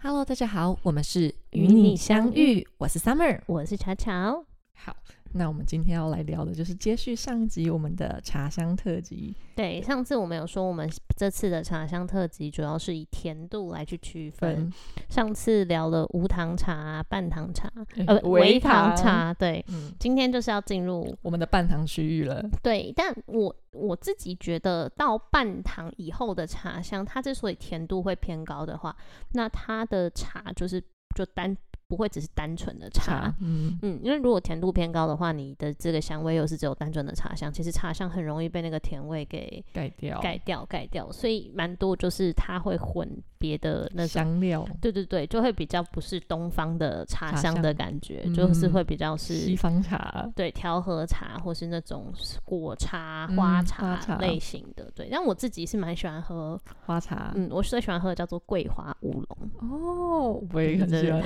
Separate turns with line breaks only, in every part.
Hello，大家好，我们是
与你相遇，
我是 Summer。
我是哦巧巧。
好，那我们今天要来聊的就是接续上集我们的茶香特辑。
对，上次我们有说，我们这次的茶香特辑主要是以甜度来去区分。
分
上次聊了无糖茶、半糖茶，
嗯
呃，
微
微糖
糖
茶。对，
嗯，
今天就是要进入
我们的半糖区域了。
对，但我我自己觉得到半糖以后的茶香，它之所以甜度会偏高的话，那它的茶就是就单不会只是单纯的茶
茶，嗯，
嗯，因为如果甜度偏高的话，你的这个香味又是只有单纯的茶香，其实茶香很容易被那个甜味给
改掉
盖掉、盖掉，所以蛮多就是它会混别的那种，
香料，
对对对，就会比较不是东方的茶
茶
香
香
的感觉，
嗯
就是会比较
西
是
方茶。
对调和茶或是那种果茶、花
嗯花茶
茶类型的，对。但我自己是蛮喜欢喝，
花茶、
嗯，我最喜欢喝的叫做桂花乌龙，
哦，我也很喜欢，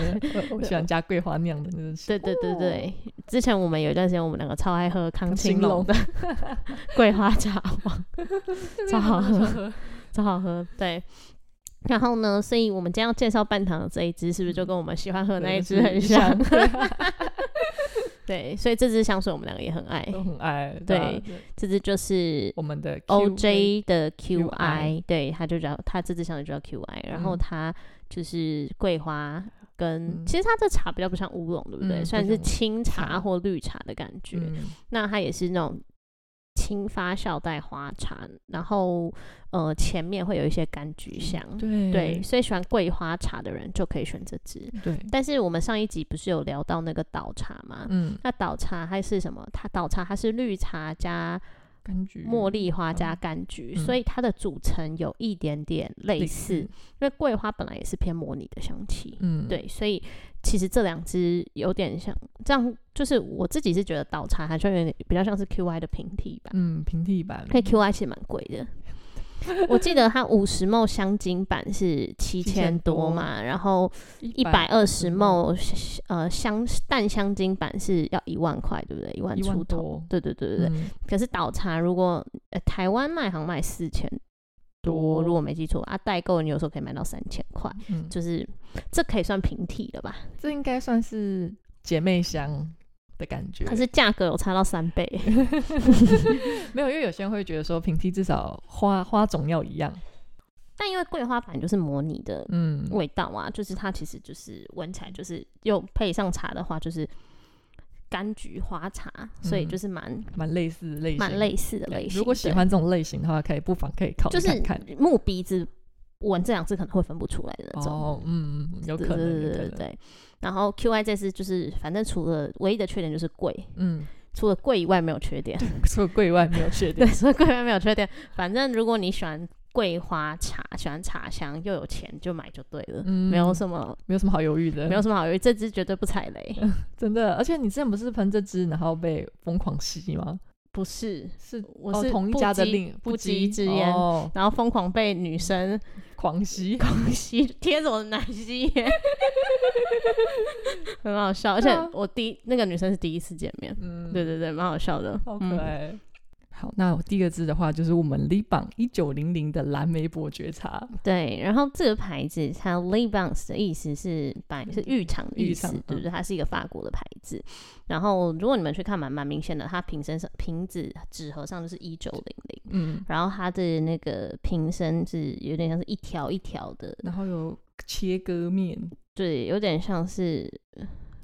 我我喜欢加桂花酿的那种。
对对对对，之前我们有一段时间，我们两个超爱喝康青
青
龙
龙
的 桂花茶 王，超好喝，
喝。
超好喝。对，然后呢，所以我们今天要介绍半糖的这一支，是
嗯
不是就跟我们喜欢喝的那一支很像？ 对，所以这支香水我们两个也很爱，
都很爱。对
对
啊，
这支就是
我们的 QV
OJ 的
QI
QI，对，它就叫它这支香水就叫 QI，然后
嗯
它就是桂花跟，
嗯
其实它这茶比较不像乌龙，对不对？
嗯
算
不像乌
是
龙嗯
清
茶
茶或绿茶的感觉。
嗯
那它也是那种轻发酵带花茶，然后呃前面会有一些柑橘香，
嗯对
对，所以喜欢桂花茶的人就可以选这支。
对，
但是我们上一集不是有聊到那个倒茶吗？
嗯，
那倒茶它是什么？它倒茶它是绿茶加
柑橘、
茉莉花加柑橘，
嗯
所以它的组成有一点点类
类
似，因，为桂花本来也是偏模拟的香气，
嗯，
对，所以其实这两支有点像，这样就是我自己是觉得倒茶还算有点比较像是 QI 的平替吧，
嗯，平替版，
因为 QI 其实蛮贵的。我记得它五十梦香精版是七千
7000
多
多
嘛，然后一
一
百二十
120
梦呃香淡香精版是要一万块，对不对？一万
一
出
万
头。
多，
对对对对对。
嗯
可是倒茶如果、呃、台湾卖好像卖四千多，
多
如果没记错啊，代购你有时候可以买到三千块，
嗯，
就是这可以算平替了吧？
这应该算是姐妹香的感觉。
可是价格有差到三倍，
没有，因为有些人会觉得说平替至少花花种要一样，
但因为桂花版就是模拟的
嗯，
味道啊，就是它其实就是闻起来就是又配上茶的话，就是柑橘花茶，所以
嗯
就是蛮
蛮类似类型，
蛮类似的类型。
如果喜
对，
欢这种类型的话，可以不妨可以考虑
就是
看看。
木鼻子闻这两次可能会分不出来的那种。
哦，嗯，嗯有
对
可能，
对
有
对
可
对
能，
对，然后 QI 这次就是，反正除了唯一的缺点就是贵，
嗯，
除了贵以外没有缺点。
除了柜外没有缺
对，
点，
所以桂花没有缺点。反正如果你喜欢桂花茶，喜欢茶香，又有钱就买就对了，
嗯
没有什么
没有什么好犹豫的，
没有什么好犹豫，这支绝对不踩雷。
真的，而且你之前不是喷这支，然后被疯狂吸吗？
不是，
是，
我
哦
是
同一
不
家的
羁
另
不
羁
羁之烟
哦，
然后疯狂被女生
狂吸，
狂 吸，贴着我的奶吸耶， 很好笑。而且
对啊
我第一那个女生是第一次见面，
嗯，
对，对对，蛮好笑的，
好
嗯
可爱。好，那我第二支的话就是我们 l i b a n 一九零零的蓝莓伯爵茶，
对，然后这个牌子它 Libans 的意思是白是浴场的意
浴
思
场，嗯
对不对？它是一个法国的牌子。然后如果你们去看，蛮蛮明显的，它瓶身上瓶子纸盒上就是一九零零，
嗯，
然后它的那个瓶身是有点像是一条一条的，
然后有切割面
对，有点像是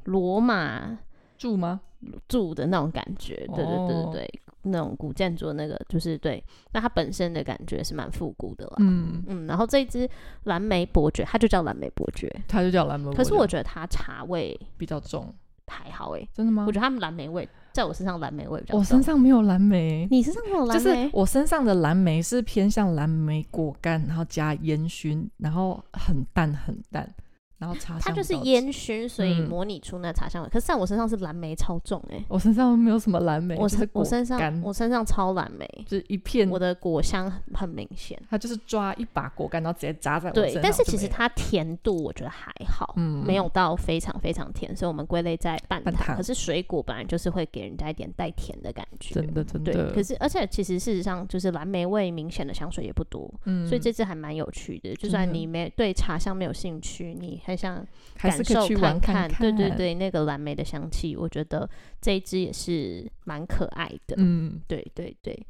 罗马
柱吗？
住的那种感觉，对对对
哦
对对，那种古建筑的那个就是对，那它本身的感觉是蛮复古的啦。
嗯，
嗯，然后这一支蓝莓伯爵，它就叫蓝莓伯爵，
它就叫蓝莓伯爵。
可是我觉得它茶味
比较重，
还好诶、
真的吗
我？觉得他们蓝莓味在我身上蓝莓味比较
我身
重。
上没有蓝莓，
你身上有
就
蓝
是
莓？
我身上的蓝莓是偏向蓝莓果干，然后加烟熏，然后很淡很淡，然后茶香
它就是
比较
烟熏，所以
嗯
模拟出那茶香味。可是在我身上是蓝莓超重欸诶、
我身上没有什么蓝莓，
我
就
身
是
我
果
身上
干嗯
我身上超蓝莓，
就是一片，
我的果香很明显。
它就是抓一把果干，然后直接砸在我身
对
上。，
但是
就
其实
没有
它甜度我觉得还好，
嗯
没有到非常非常甜，所以我们归类在半
半
糖。
糖
可是水果本来就是会给人家一点带甜的感觉。
真的真
对，
的，
可是而且其实事实上就是蓝莓味明显的香水也不多，
嗯
所以这支还蛮有趣的。就
真
算
的
你没对茶香没有兴趣，你还想
还
感
是可
受
以去玩
看
看
对对，对，那个蓝莓的香气，我觉得这一支也是蛮可爱的。
嗯，
对对对。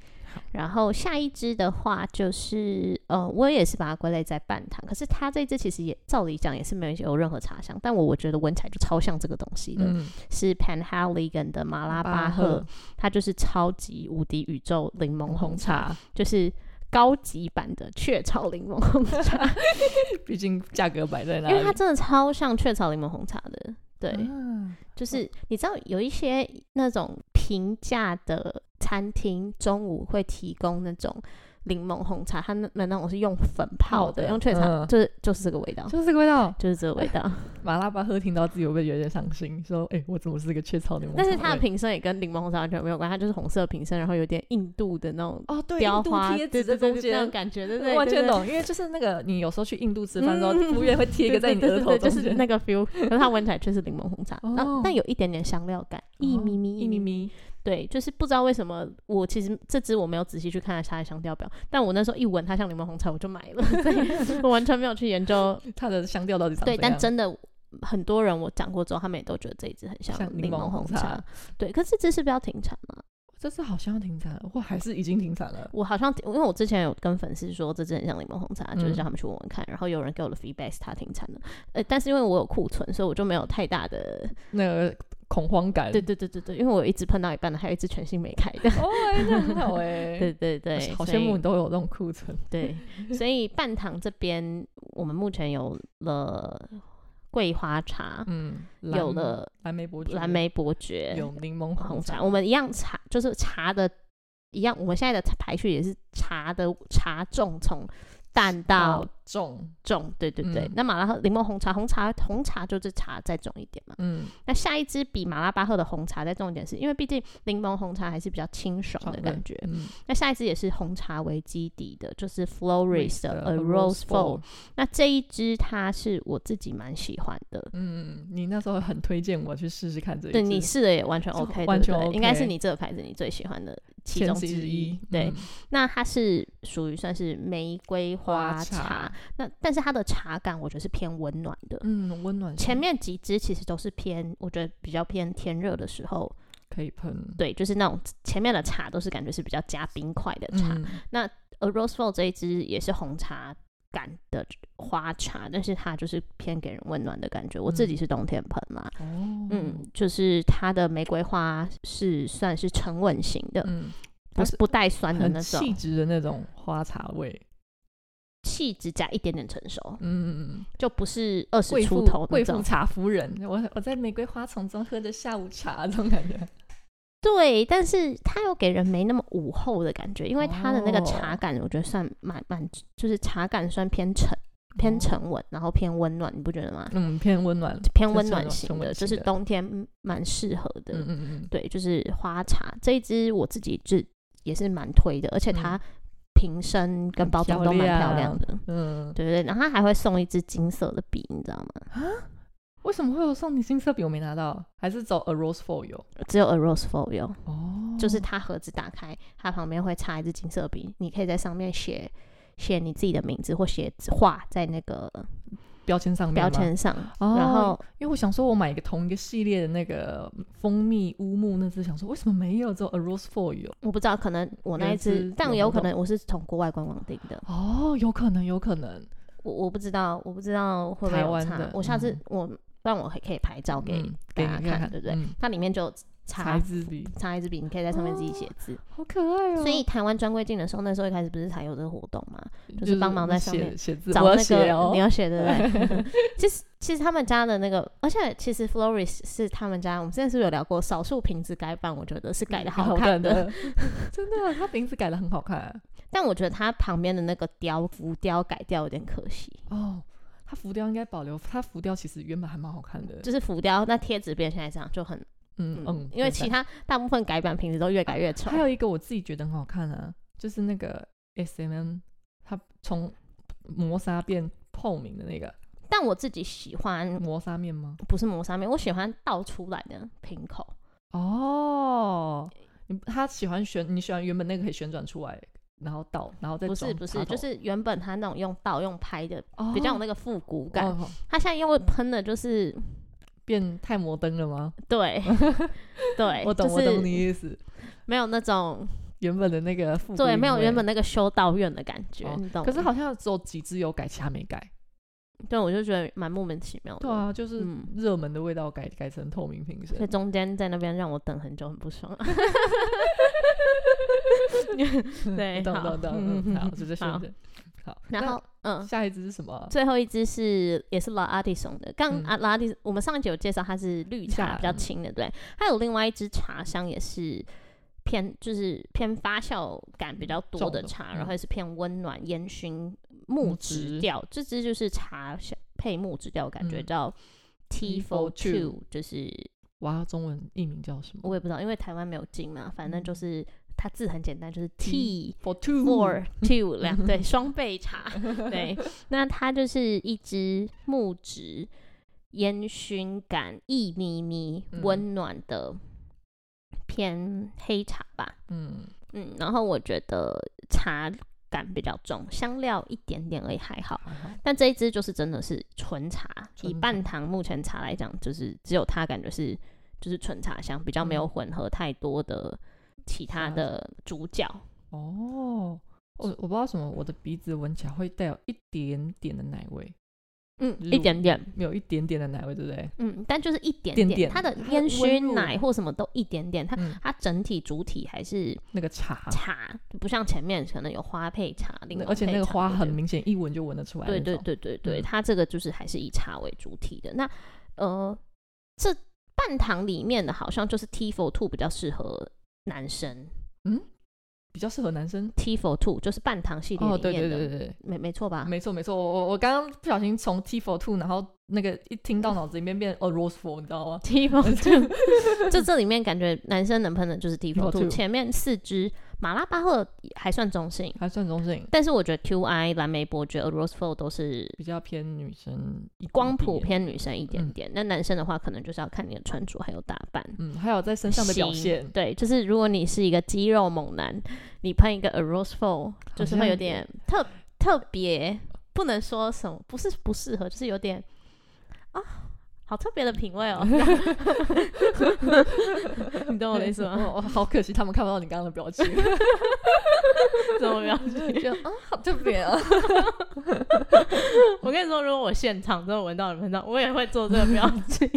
然后下一支的话就是，呃，我也是把它归类在半糖，可是它这支其实也照理讲也是没有有任何茶香，但我我觉得闻起来就超像这个东西的，
嗯，
是 Panhaligan 的马拉巴
巴
赫
赫，嗯
它就是超级无敌宇宙柠檬红
红
茶，
茶，
就是高级版的雀巢柠檬红 茶，
毕竟价格摆在那
因
里，
为它真的超像雀巢柠檬红茶的，对，
啊
就是你知道有一些那种平价的餐厅，中午会提供那种柠檬红茶，它那那那种是用粉泡
泡
的，
的
用雀巢，
嗯
就是就是这个味道，
就是这个味道。
就是这个 味道。
马拉巴喝听到自己会不会有点伤心？说，哎、我怎么是个雀巢柠檬茶味？
但是它的瓶身也跟柠檬红茶完全没有关，它就是红色瓶身，然后有点印度的那种
哦，对，
雕
印度
花，
贴纸
对
在
对
中
对对那
间
种，感觉，对对 对，
完全
对。
懂，因为就是那个你有时候去印度吃饭的时候，
嗯
服务员会贴一个在你
对
额
对对
头
对
中
就是
间，
那个 feel，可是它闻起来却是柠檬红 茶，然后
哦
但有一点点香料感，一咪咪
一咪咪，
对，就是不知道为什么，我其实这支我没有仔细去看它的香调表，但我那时候一闻它像柠檬红茶，我就买了， 所以我完全没有去研究。
它的香调到底长
对，
怎
但
样
真的很多人我讲过之后，他们也都觉得这一支很像
像
柠
柠
檬
檬
红
红
茶
茶。
对，可是这支是不是要停产吗？
这次好像要停产了，或还是已经停产了。
我好像因为我之前有跟粉丝说这支很像柠檬红茶，就是
嗯
叫他们去闻闻看，然后有人给我的 feedback 是它停产了，呃，但是因为我有库存，所以我就没有太大的，
那个恐慌感，
对对对对对，因为我一直碰到一半的，还有一支全新没开的，
哦，哎、那很好哎、
对对对，
好
所
羡
以
慕你都有那种库存，
对，所以半糖这边我们目前有了桂花茶，
嗯，蓝
有了
蓝莓伯爵，
蓝莓伯爵
有柠檬
红
红
茶，我们一样茶就是茶的一样，我们现在的排序也是茶的茶重从淡到
好重，
重，对对对。
嗯
那马拉喝柠檬红茶，红茶红茶就是茶再重一点嘛。
嗯，
那下一支比马拉巴赫的红茶再重一点是，因为毕竟柠檬红茶还是比较清爽的
爽
感
味
觉。
嗯
那下一支也是红茶为基底的，就是 Florist 的 A
A
Rose
Rose
Fall
Fall。
那这一支它是我自己蛮喜欢的，
嗯，你那时候很推荐我去试试看这一
对你
支
试的也完全
这
OK，
完全
对不对应该是
OK
你这个牌子你最喜欢的其
前
中
之
一。对，
嗯
那它是属于算是玫瑰花
花茶
那但是它的茶感我觉得是偏温暖的。
嗯，温暖
前面几支其实都是偏，我觉得比较偏天热的时候，
可以喷
对，就是那种前面的茶都是感觉是比较加冰块的茶，
嗯，
A Rose Fall 这一支也是红茶感的花茶，但是它就是偏给人温暖的感觉。我
嗯
自己是冬天喷嘛，
哦，
嗯，就是它的玫瑰花是算是沉稳型的，
嗯，
不
不
是
是
不带酸的
很
那
气
种，
质的那种花茶味，
气质加一点点成熟，
嗯，
就不是二十
贵
出
妇
头那
贵妇
种。
茶夫人，我我在玫瑰花丛中喝着下午茶，这种感觉，
对，但是它又给人没那么午后的感觉，因为它的那个
哦
茶感，我觉得算蛮蛮，就是茶感算偏沉偏
哦
沉稳，然后偏温暖，你不觉得吗？
嗯，偏温暖，
偏
就
温
是
暖
那种
型
偏温
的，
暖
就
型
是
的
冬天蛮适合的。
嗯嗯
对，就是花茶这一支，我自己是也是蛮推的，而且它瓶身跟
嗯很
包装
漂
都蛮漂
亮
亮的。
嗯嗯，
对对对，然后它还会送一支金色的笔，你知道吗？
为什么会有送你金色笔？我没拿到，还是走 A Rose for You？
只有 A Rose for You，、
哦，
就是它盒子打开，它旁边会插一支金色笔，你可以在上面写写你自己的名字或写画在那个
标签上面
标
吗，
签上，
哦
然后
因为我想说，我买一个同一个系列的那个蜂蜜乌木那只，想说为什么没有只有 A Rose for You？
我不知道，可能我那
有
一
一
支
支，
但
有
有
活
可
动
能我是从国外官网订的。
哦，有可能，有可能，
我我不知道，我不知道会不会
台
有
湾
差
的。
我下次、
嗯
我不然我还可以拍照给
嗯
大
给
家
你看看，
对不对？
嗯
它里面就有
材
插
质笔，
插一支笔，你可以在上面自己写字。
好可爱哦。
所以台湾专柜进的时候，那时候一开始不是才有这个活动嘛？就
就是
帮忙在上
写
面
写字，
找
我要
那
写
个
哦
你。要写对不 对？其实其实他们家的那个，而且其实 Floris 是他们家，我们之前是不是有聊过，少数瓶子改版，我觉得是改的好看
嗯看
的。
的，真的，它名字改的很好看
但我觉得它旁边的那个雕浮雕改掉有点可惜，
哦。它浮雕应该保留，它浮雕其实原本还蛮好看的，
就是浮雕那贴纸变现在这样就很
嗯
嗯
嗯，，
因为其
对
他大部分改版瓶子都越改越丑
还。有一个我自己觉得很好看啊，就是那个 S M M，它从磨砂变透明的那个
但我自己喜欢
磨砂面吗？
不是磨砂面，我喜欢倒出来的瓶口。
哦，你他喜欢旋，你喜欢原本那个可以旋转出来，然后倒，然后再
不是
装
不
插
是，
头
就是原本它那种用倒用拍的，
哦
比较有那个复古感。
哦
它现在用喷的，就是
变太摩登了吗？
对对，
我懂，
就
我
是
懂你意思。
没有那种
原本的那个复古
对，没有
韵味
原本那个修道院的感觉，
哦
你懂吗？
可是好像只有几只有改，其他没改。
对我就觉得蛮莫名其妙的。
对啊，就是
嗯
热门的味道改改成透明瓶身
所以。中间在那边让我等很久，很不爽。 对
懂
好
懂懂，
嗯
嗯好，这就
好
选的。好，
然后，
那
嗯，
下一只是什么啊？
最后一支是也是 La Artisan 的，刚
嗯
啊 La Artisan，我们上一集有介绍它是绿
下
茶比较轻的，对。还有另外一支茶香也是偏就是偏发酵感比较多
重
的
的
茶，
嗯
然后也是偏温暖烟熏木
木
质
质
调，这支就是茶香配木质调，感觉
嗯
叫 T for
T42
Two，就是
哇，中文译名叫什么
我也不知道，因为台湾没有金嘛，反正就是它字很简单，就是
嗯 T
T。
？For two
four two 两对双倍茶，对，那它就是一支木质烟熏感一咪咪
嗯
温暖的偏黑茶吧，
嗯，
嗯，然后我觉得茶感比较重，香料一点点而已还好，
还好
但这一支就是真的是纯茶，
纯
以
茶
半糖目前茶来讲，就是只有它感觉是就是纯茶香，比较没有
嗯
混合太多的其他
茶
的主角，
哦。我我不知道为什么，我的鼻子闻起来会带有一点点的奶味，
嗯，
就是
一点点。
有一点点的奶味，对不对？
嗯，但就是一点
点点
它的
它
烟
温
熏
入
奶或什么都一点点，它、
嗯
它整体主体还是
那个茶，
茶，不像前面可能有花配茶，柠
那
檬
而且
配
那个
茶
花
对
很
对
明显，一闻就闻得出来那
对
种。
对对对对，
嗯
它这个就是还是以茶为主体的。那呃，这半糖里面的好像就是 T for two 比较适合男生
比较适合男生。
，T for two 就是半糖系列
哦，
里面的，
对对对对对，
没没错吧？
没错没错，我我我刚刚不小心从 T for two，然后那个一听到脑子里面变哦 rose for，你知道吗？
T for two，就 这里面感觉男生能喷的就是 T for
T4
two，前面四支马拉巴赫还算中性。
还算中性，
但是我觉得 QI 蓝莓伯爵、A Rose f o l 都是
比较偏女生一点
光谱
点，
偏女生一点
嗯
点，那男生的话可能就是要看你的穿着还有打扮。
嗯，还有在身上的表
型
现，
对，就是如果你是一个肌肉猛男，你喷一个 A Rose f o l 就是会有点特特别，不能说什么不是不适合，就是有点啊，好特别的品味哦。 你懂我的意思吗？
哦，哦好可惜他们看不到你刚刚的表情，
怎么表情？
就啊，好特别啊，
我跟你说，如果我现场真的闻到你们到，我也会做这个表 情。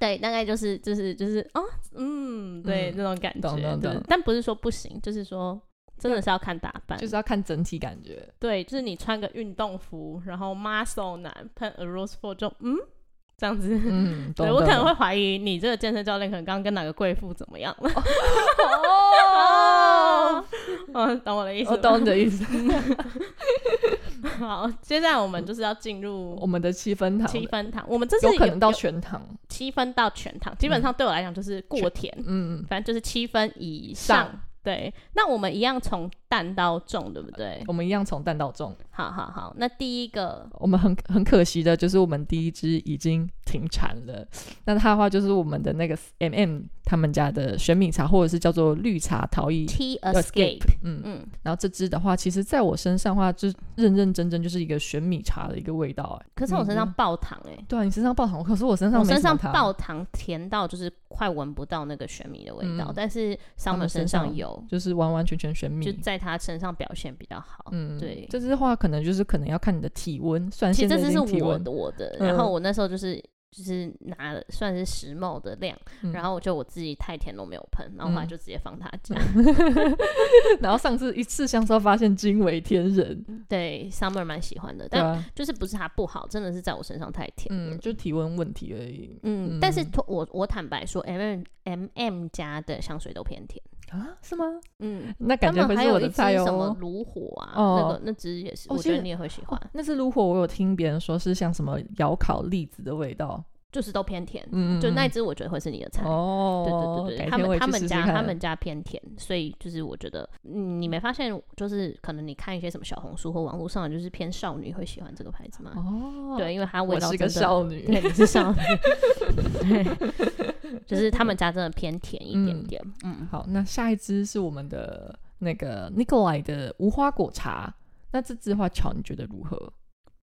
对，大概就是就是就是哦，嗯，对，
嗯
那种感觉，
懂懂
对
懂
但不是说不行，就是说真的是要看打 扮，
就是要看整体感觉，
对，就是你穿个运动服，然后 muscle 男喷 a rose for 就嗯这样子。
嗯，懂
对，我可能
懂
会怀疑你这个健身教练可能刚刚跟哪个贵妇怎么样了。
哦，
嗯，懂我的意思
我
吗。
哦懂你的意思，
好，接下来我们就是要进入
嗯我们的七分糖
七分糖，我们这是
有可能到
有
全糖，
七分到全糖，基本上对我来讲就是过甜，
嗯，
反正就是七分以上。
上
对，那我们一样从淡到重，对不对？
我们一样从淡到重，
好好好，那第一个
我们很很可惜的就是我们第一支已经停产了，那它的话就是我们的那个 M M 他们家的玄米茶，或者是叫做绿茶陶艺
Tea
Escape，
Escape，
嗯。
嗯，
然后这支的话，其实在我身上的话，就是认认真真就是一个玄米茶的一个味道、哎，
可是我
嗯
身上爆糖哎、
对啊，你身上爆糖，可是我身上
我
没
身
什
上
么糖
爆糖甜到就是快闻不到那个玄米的味道，
嗯
但是
他
Summer
们
身
身
上
上
有，
就是完完全全玄
就
米。
在他身上表现比较好。
嗯，
对
这支的话可能就是可能要看你的体温，虽然
其实
现在
这
已
只是
经体
我
温
的，我的，然后
嗯
我那时候就是就是拿了算是石墨的量，
嗯
然后我就我自己太甜了我没有喷，然后后来
嗯
就直接 放他家。
然后上次一次香之后发现惊为天人，
对，Summer 蛮喜欢的，
对
但
啊，
就是不是它不好，真的是在我身上太甜了
嗯，。就体温问题而已
嗯，但是
嗯
托我我坦白说，M M M M 家的香水都偏甜。
啊，是吗？
嗯，
那
他
感觉会
们还
是
有
我
一
的
支
菜
什么
哦。
炉火啊，那
哦
个那支也是，
哦
我
其
觉得
实
你也会喜欢
哦，那是炉火，我有听别人说是像什么窑烤栗子的味道，
就是都偏甜。
嗯，
就那
嗯
支我觉得会是你的菜。
哦，
对对对对，
改
他
天我
们
也
他
去
们
试试
家
看
他们家偏甜，所以就是我觉得，嗯，你没发现就是可能你看一些什么小红书或网络上，就是偏少女会喜欢这个牌子吗？
哦，
对，因为它味
我
道
是
真
个
的
少女，
对，你是少女， 对，就是他们家真的偏甜一点
嗯
点，嗯，
好，那下一支是我们的那个 Nikolai 的无花果茶。那这支花巧，你觉得如何？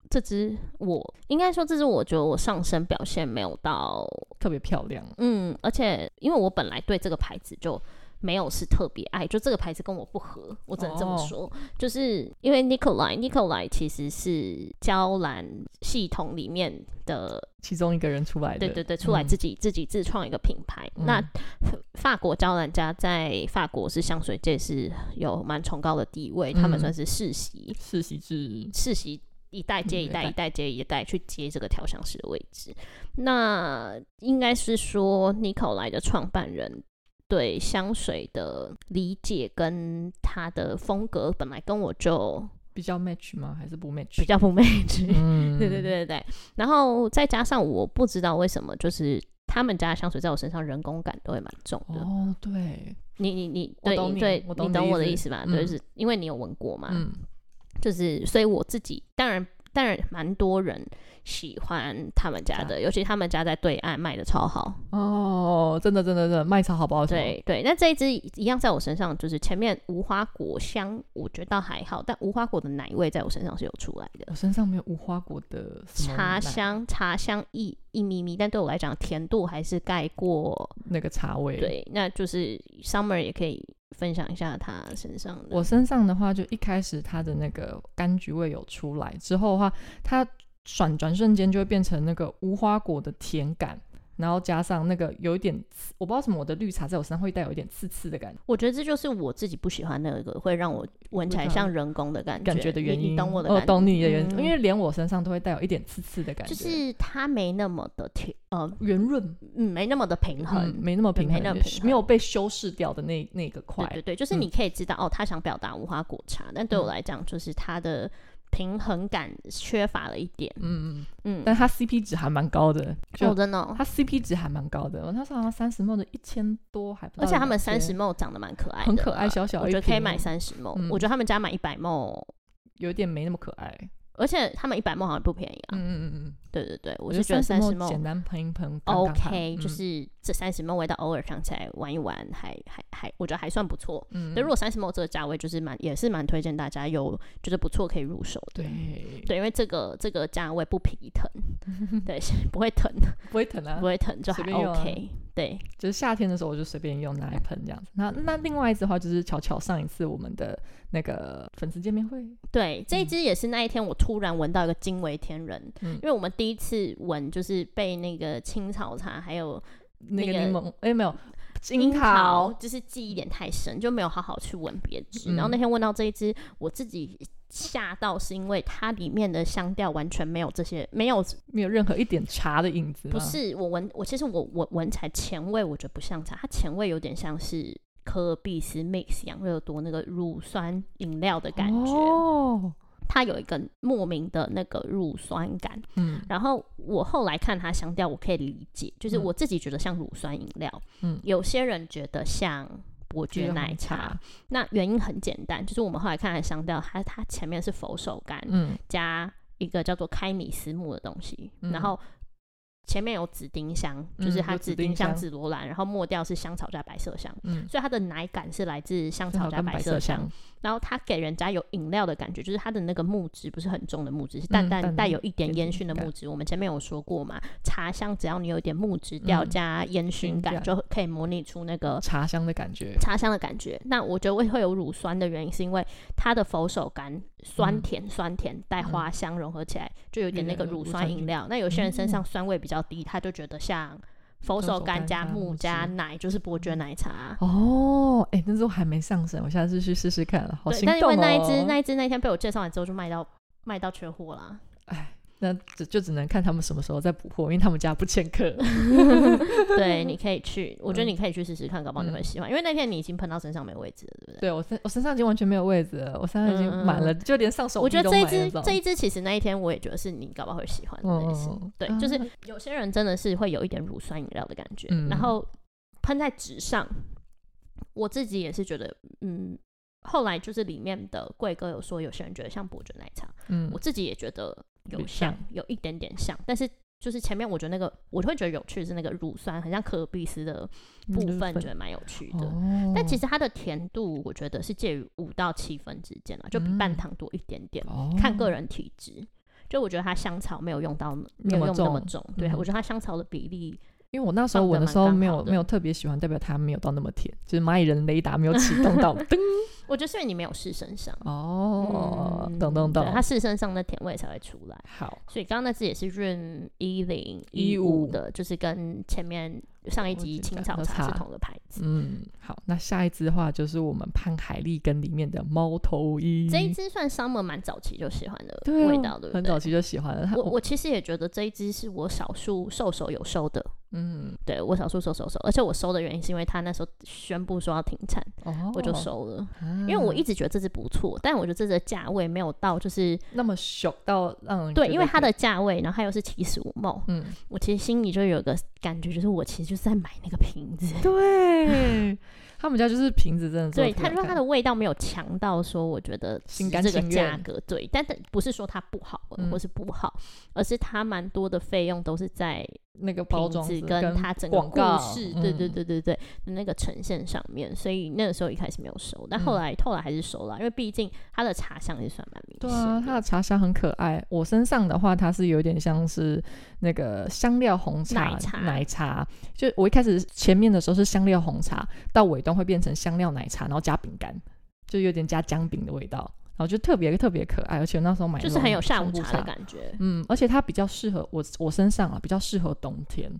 这支我应该说，这支我觉得我上身表现没有到，
特别漂亮，
嗯，而且因为我本来对这个牌子就没有是特别爱，就这个牌子跟我不合，我只能这么
哦
说，就是因为 Nikolai Nikolai 其实是娇兰系统里面的，
其中一个人出来的，
对对对，出来
嗯
自己、自己自创一个品牌。
嗯
那法国娇兰家在法国是香水界是有蛮崇高的地位，他们
嗯
算是世袭，
世袭制，
世袭一代接一代，
嗯
一代接一代去接这个调香师的位置。那应该是说 n i c o l 的创办人对香水的理解跟他的风格本来跟我就
比较 match 吗？还是不 match？
比较不 match，、
嗯，
对对对对对。然后再加上我不知道为什么，就是他们家的香水在我身上人工感都会蛮重的。
哦，对，
你你你，
我
对
懂
你
你
对，
我懂
你
你
懂
的
我
意
的
思
意思吧？
嗯
对，就是因为你有闻过嘛，
嗯，
就是，所以我自己当然当然蛮多人喜欢他们家的，尤其他们家在对岸卖的超好。
哦，真的真的真的，卖茶好不好？，
对对，那这一支一样在我身上，就是前面无花果香，我觉得倒还好，但无花果的奶味在我身上是有出来的。
我身上没有无花果的什么
茶
奶
香，茶香一一咪咪，但对我来讲，甜度还是盖过。
那个茶味，，
对，那就是 Summer 也可以分享一下他身上的。
我身上的话，就一开始它的那个柑橘味有出来，之后的话，它转转瞬间就会变成那个无花果的甜感，然后加上那个有一点刺，我不知道为什么我的绿茶在我身上会带有一点刺刺的感觉。
我觉得这就是我自己不喜欢那个会让我闻起来像人工的感觉
感觉的原
你
因，
你懂我的
哦
感，觉，
懂你的原因，
嗯
因为连我身上都会带有一点刺刺的感觉，
就是它没那么的平，呃，
圆润，
嗯，没那么的平衡。
嗯，没那么平衡，
没那么
也
平
是
衡
没有被修饰掉的那那个块
对，对对，就是
嗯
你可以知道、哦，他想表达无花果茶，但对我来讲，就是它的平衡感缺乏了一点。
嗯，嗯，
嗯，
但它 CP 值还蛮高的，就
哦，真的哦、
它 CP 值还蛮高的，它是好像三十 ml 的一千多，还不到
而且他们
2000
三十 ml 长得蛮可爱的，
很可爱，，小小
我
一
觉
瓶，
得可以买三十 ml，、
嗯
我觉得他们家买一百 ml，
有点没那么可爱，
而且他们一百 ml 好像不便宜啊。
嗯嗯嗯嗯，
对对对，我
我
是觉得三
三
十
十 ml 简单喷一喷刚刚好
OK，、
嗯
就是这三十 ml 味道，偶尔想起来玩一玩，还还还，我觉得还算不错。
嗯，
对，如果三十 ml 这个价位，就是蛮也是蛮推荐大家有觉得不错可以入手的。
对
对，因为这个这个价位不皮 疼，对，是不会疼，
不会疼啊
不，会疼就还
随便用啊
OK。对，
就是夏天的时候我就随便用拿来喷这样子。那那另外一支的话就是巧巧上一次我们的那个粉丝见面会，
对，这一
嗯
支也是那一天我突然闻到一个惊为天人，
嗯
因为我们第一次闻就是被那个青草茶还有
那
那
个
个
柠檬，哎没有，
樱
樱桃，
就是记忆点太深，就没有好好去闻别支。
嗯
然后那天闻到这一支，我自己吓到，是因为它里面的香调完全没有这些，没有
没有任何一点茶的影子吗，
不是我闻，我其实我我闻起来前味我觉得不像茶，它前味有点像是可尔必斯 mix 养乐多那个乳酸饮料的感觉，
哦，
它有一个莫名的那个乳酸感。
嗯
然后我后来看它香调，我可以理解，就是
嗯
我自己觉得像乳酸饮料，
嗯，
有些人觉得像伯
就
爵
是
奶
红
茶。，那原因很简单，就是我们后来看它的香调，它它前面是佛手柑、
嗯
加一个叫做开米斯木的东西，
嗯
然后前面有紫丁香，
嗯
就是它
有
紫
紫
丁
丁
香、
香
紫罗兰，然后末调是香草加白色香，
嗯，
所以它的奶感是来自香
正
草
好
加
跟
白
白色
香
香，，
然后它给人家有饮料的感觉，就是它的那个木质不是很重的木质，是淡
嗯
淡
淡
带有一点
淡
烟熏的
感
木质。我们前面有说过嘛，茶香只要你有一点木质调
嗯
加烟熏
熏
感，
感
就可以模拟出那个
茶香的感觉，
茶香的感觉。那我觉得会会有乳酸的原因，是因为它的佛手柑酸
嗯
甜酸甜带花香融合起来，就有点那
那
个
个
乳
乳
酸
酸
饮
饮
料。那有些人身
嗯
上酸味比较低，他就觉得像佛
佛
手
手
柑
柑
加
加
木
木
加
汁嗯
奶，就是伯爵奶茶。
哦，哎，那支我还没上身，我下次去试试看了，好
对，
心
但因
动
为
哦。
那一只那一只那天被我介绍完之后就卖到卖到缺货啦。
那只就只能看他们什么时候再补货，因为他们家不欠客。
对，你可以去，我觉得你可以去试试看，搞不好你会
嗯
喜欢。因为那天你已经喷到身上没位置了，对不 对？
对我身我身上已经完全没有位置了，我身上已经满了，就连上手
嗯我觉
臂都
得
满
这一
了
支
知道吗
这一支其实那一天我也觉得是你搞不好会喜欢的类型。
嗯，
对，
啊
就是有些人真的是会有一点乳酸饮料的感觉，
嗯
然后喷在纸上，我自己也是觉得，嗯，后来就是里面的贵哥有说，有些人觉得像伯爵奶茶，
嗯
我自己也觉得有
有
像
像，
有一点点像，但是就是前面我觉得那个我会觉得有趣是那个乳酸，很像可尔必斯的部
乳
分，
粉
觉得蛮有趣的。
哦，
但其实它的甜度，我觉得是介于五到七分之间了，就比半
嗯
糖多一点点，
哦
看个人体质。就我觉得它香草没有用到，没
那
有
么
用那么
重
重，对、
嗯
我觉得它香草的比例
因为我那时候
放
闻
得
的
蛮
时候
刚
没
好
有
的
没有特别喜欢，代表它没有到那么甜，就是蚂蚁人雷达没有启动 到，噔
我觉得是因为你没有试身上，
哦，
嗯
懂懂
对
懂，
它试身上的甜味才会出来。
好，
所以刚刚那支也是润一零五
15
的，就是跟前面上一
我
集
记得
青草
喝
茶是
茶
同个牌子。
嗯，好，那下一支的话就是我们潘海利根里面的猫头鹰，
这一支算 summer 蛮早期就喜欢的
嗯对啊
味道，对不
很
对
早？期就喜欢了，它
我我其实也觉得这一支是我少数瘦手有收的，
嗯
对我少数瘦手收，而且我收的原因是因为他那时候宣布说要停产，
哦，
我就收了，
啊，
因为我一直觉得这支不错，但我觉得这支的价位没有到就是
那么小到让人
对，
觉
因为
得
它的价位，然后它又是七十五梦，
嗯
我其实心里就有个感觉，就是我其实就是在买那个 瓶子。
对， 他们家就是瓶子真的做
对，
得
它
特别
说
好
它的味道没有强到说，我觉得值
心甘
这个
情
价
愿
格对，但但不是说它不好
嗯
或是不好，而是它蛮多的费用都是在
看那个包
瓶
装
子
纸
跟它整个
广
故
告
事，对对
嗯
对对对的那个呈现上面，所以那个时候一开始没有收，但后
嗯
来后来还是收了，因为毕竟它的茶香也算蛮明
对
显
啊，它
的。
的茶香很可爱。我身上的话，它是有点像是那个香料红茶、
奶茶
茶就我一开始前面的时候是香料红茶，到尾端会变成香料奶茶，然后加饼干，就有点加姜饼的味道，然后就特别特别可爱。而且我那时候买
就
那
是很
种
有下午
冲突
茶的感觉，
嗯，而且它比较适合我我身上啊，比较适合冬天，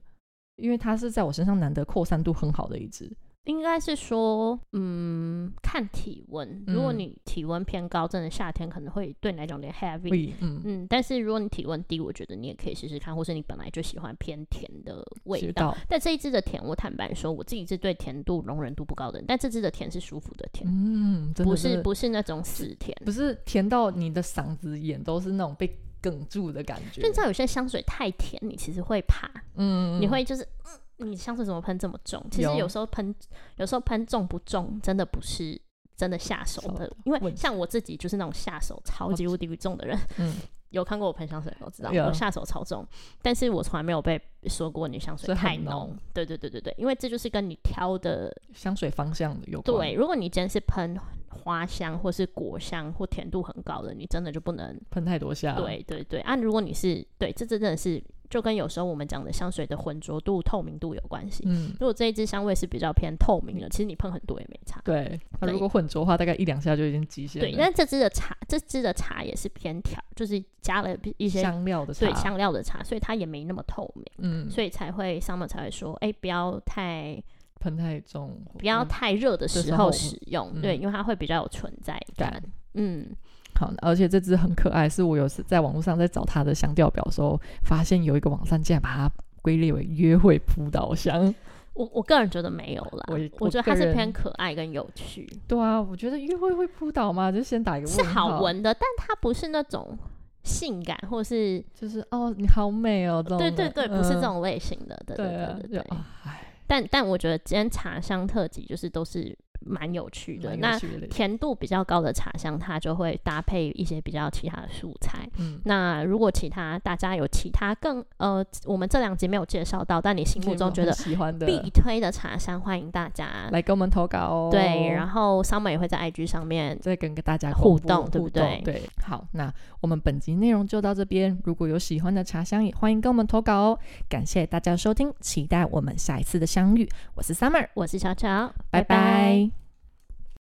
因为它是在我身上难得扩散度很好的一支。
应该是说，嗯，看体温。如果
嗯
你体温偏高，真的夏天可能会对你来讲有点 heavy，
会嗯，
嗯，但是如果你体温低，我觉得你也可以试试看，或是你本来就喜欢偏甜的味
知
道。
道。
但这一支的甜，我坦白说，我自己是对甜度容忍度不高的人，但这支的甜是舒服的甜，
嗯，真的
不
真
是
的
不是那种死甜。
不是甜到你的嗓子眼都是那种被哽住的感觉，
甚至有些香水太甜，你其实会怕，
嗯，
你会就是，嗯，你香水怎么喷这么重？其实有
有
时候喷，有时候喷重不重，真的不是。真的下手
手
的，因为
问
像我自己就是那种下手超
超
级无敌重的人，
嗯，
有看过我喷香水，我知道
有
我下手超重，但是我从来没有被说过你香水
是很
太
浓
对对对对对，因为这就是跟你挑的
香水方向有关，
对。，如果你今天是喷花香或是果香或甜度很高的，你真的就不能。
喷太多下，，
对对对，啊，如果你是对，这真的是就跟有时候我们讲的香水的浑浊度、透明度有关系。
嗯，
如果这一支香味是比较偏透明的，其实你喷很多也没差。
对，它
对
如果混浊的话，大概一两下就已经极限了，
对，但这支的茶，这支的茶也是偏调，就是加了一些
香料的茶，
对香料的茶，所以它也没那么透明。
嗯，
所以才会 summer 才会说，哎、不要太
喷太重，
不要
嗯
太热的
这
时
时
候
候
使用，
嗯
对，因为它会比较有存在感
感。
嗯，
好，而且这支很可爱，是我有次在网络上在找它的香调表的时候，发现有一个网站竟然把它归类为约会扑倒香，
我我个人觉得没有啦，
我也
我
我
觉得它
个
是
人
偏可爱跟有趣，
对啊，我觉得约会会扑倒吗？就先打一个
是
问号，
好闻的，但它不是那种性感或是
就是哦，你好美哦，这种
对
的，
对对，不是这
嗯
种类型的，对
对啊
对，
就
对对。
啊，唉
但但我觉得今天茶香特辑就是都是蛮有趣的，
蛮有
那。
趣的
甜度比较高的茶香，它就会搭配一些比较其他的素材，
嗯，
那如果其他大家有其他更呃，我们这两集没有介绍到，但你心目中觉
有没有
得
很喜欢的，
必推的茶香，欢迎大家。
来给我们投稿哦。
对，然后 Summer 也会在 IG 上面，
再跟大家公
互
布
动对不
互
对
动对，好，那我们本集内容就到这边。如果有喜欢的茶香，也欢迎跟我们投稿哦。感谢大家的收听，期待我们下一次的相遇。我是 Summer，
我是小巧，
拜拜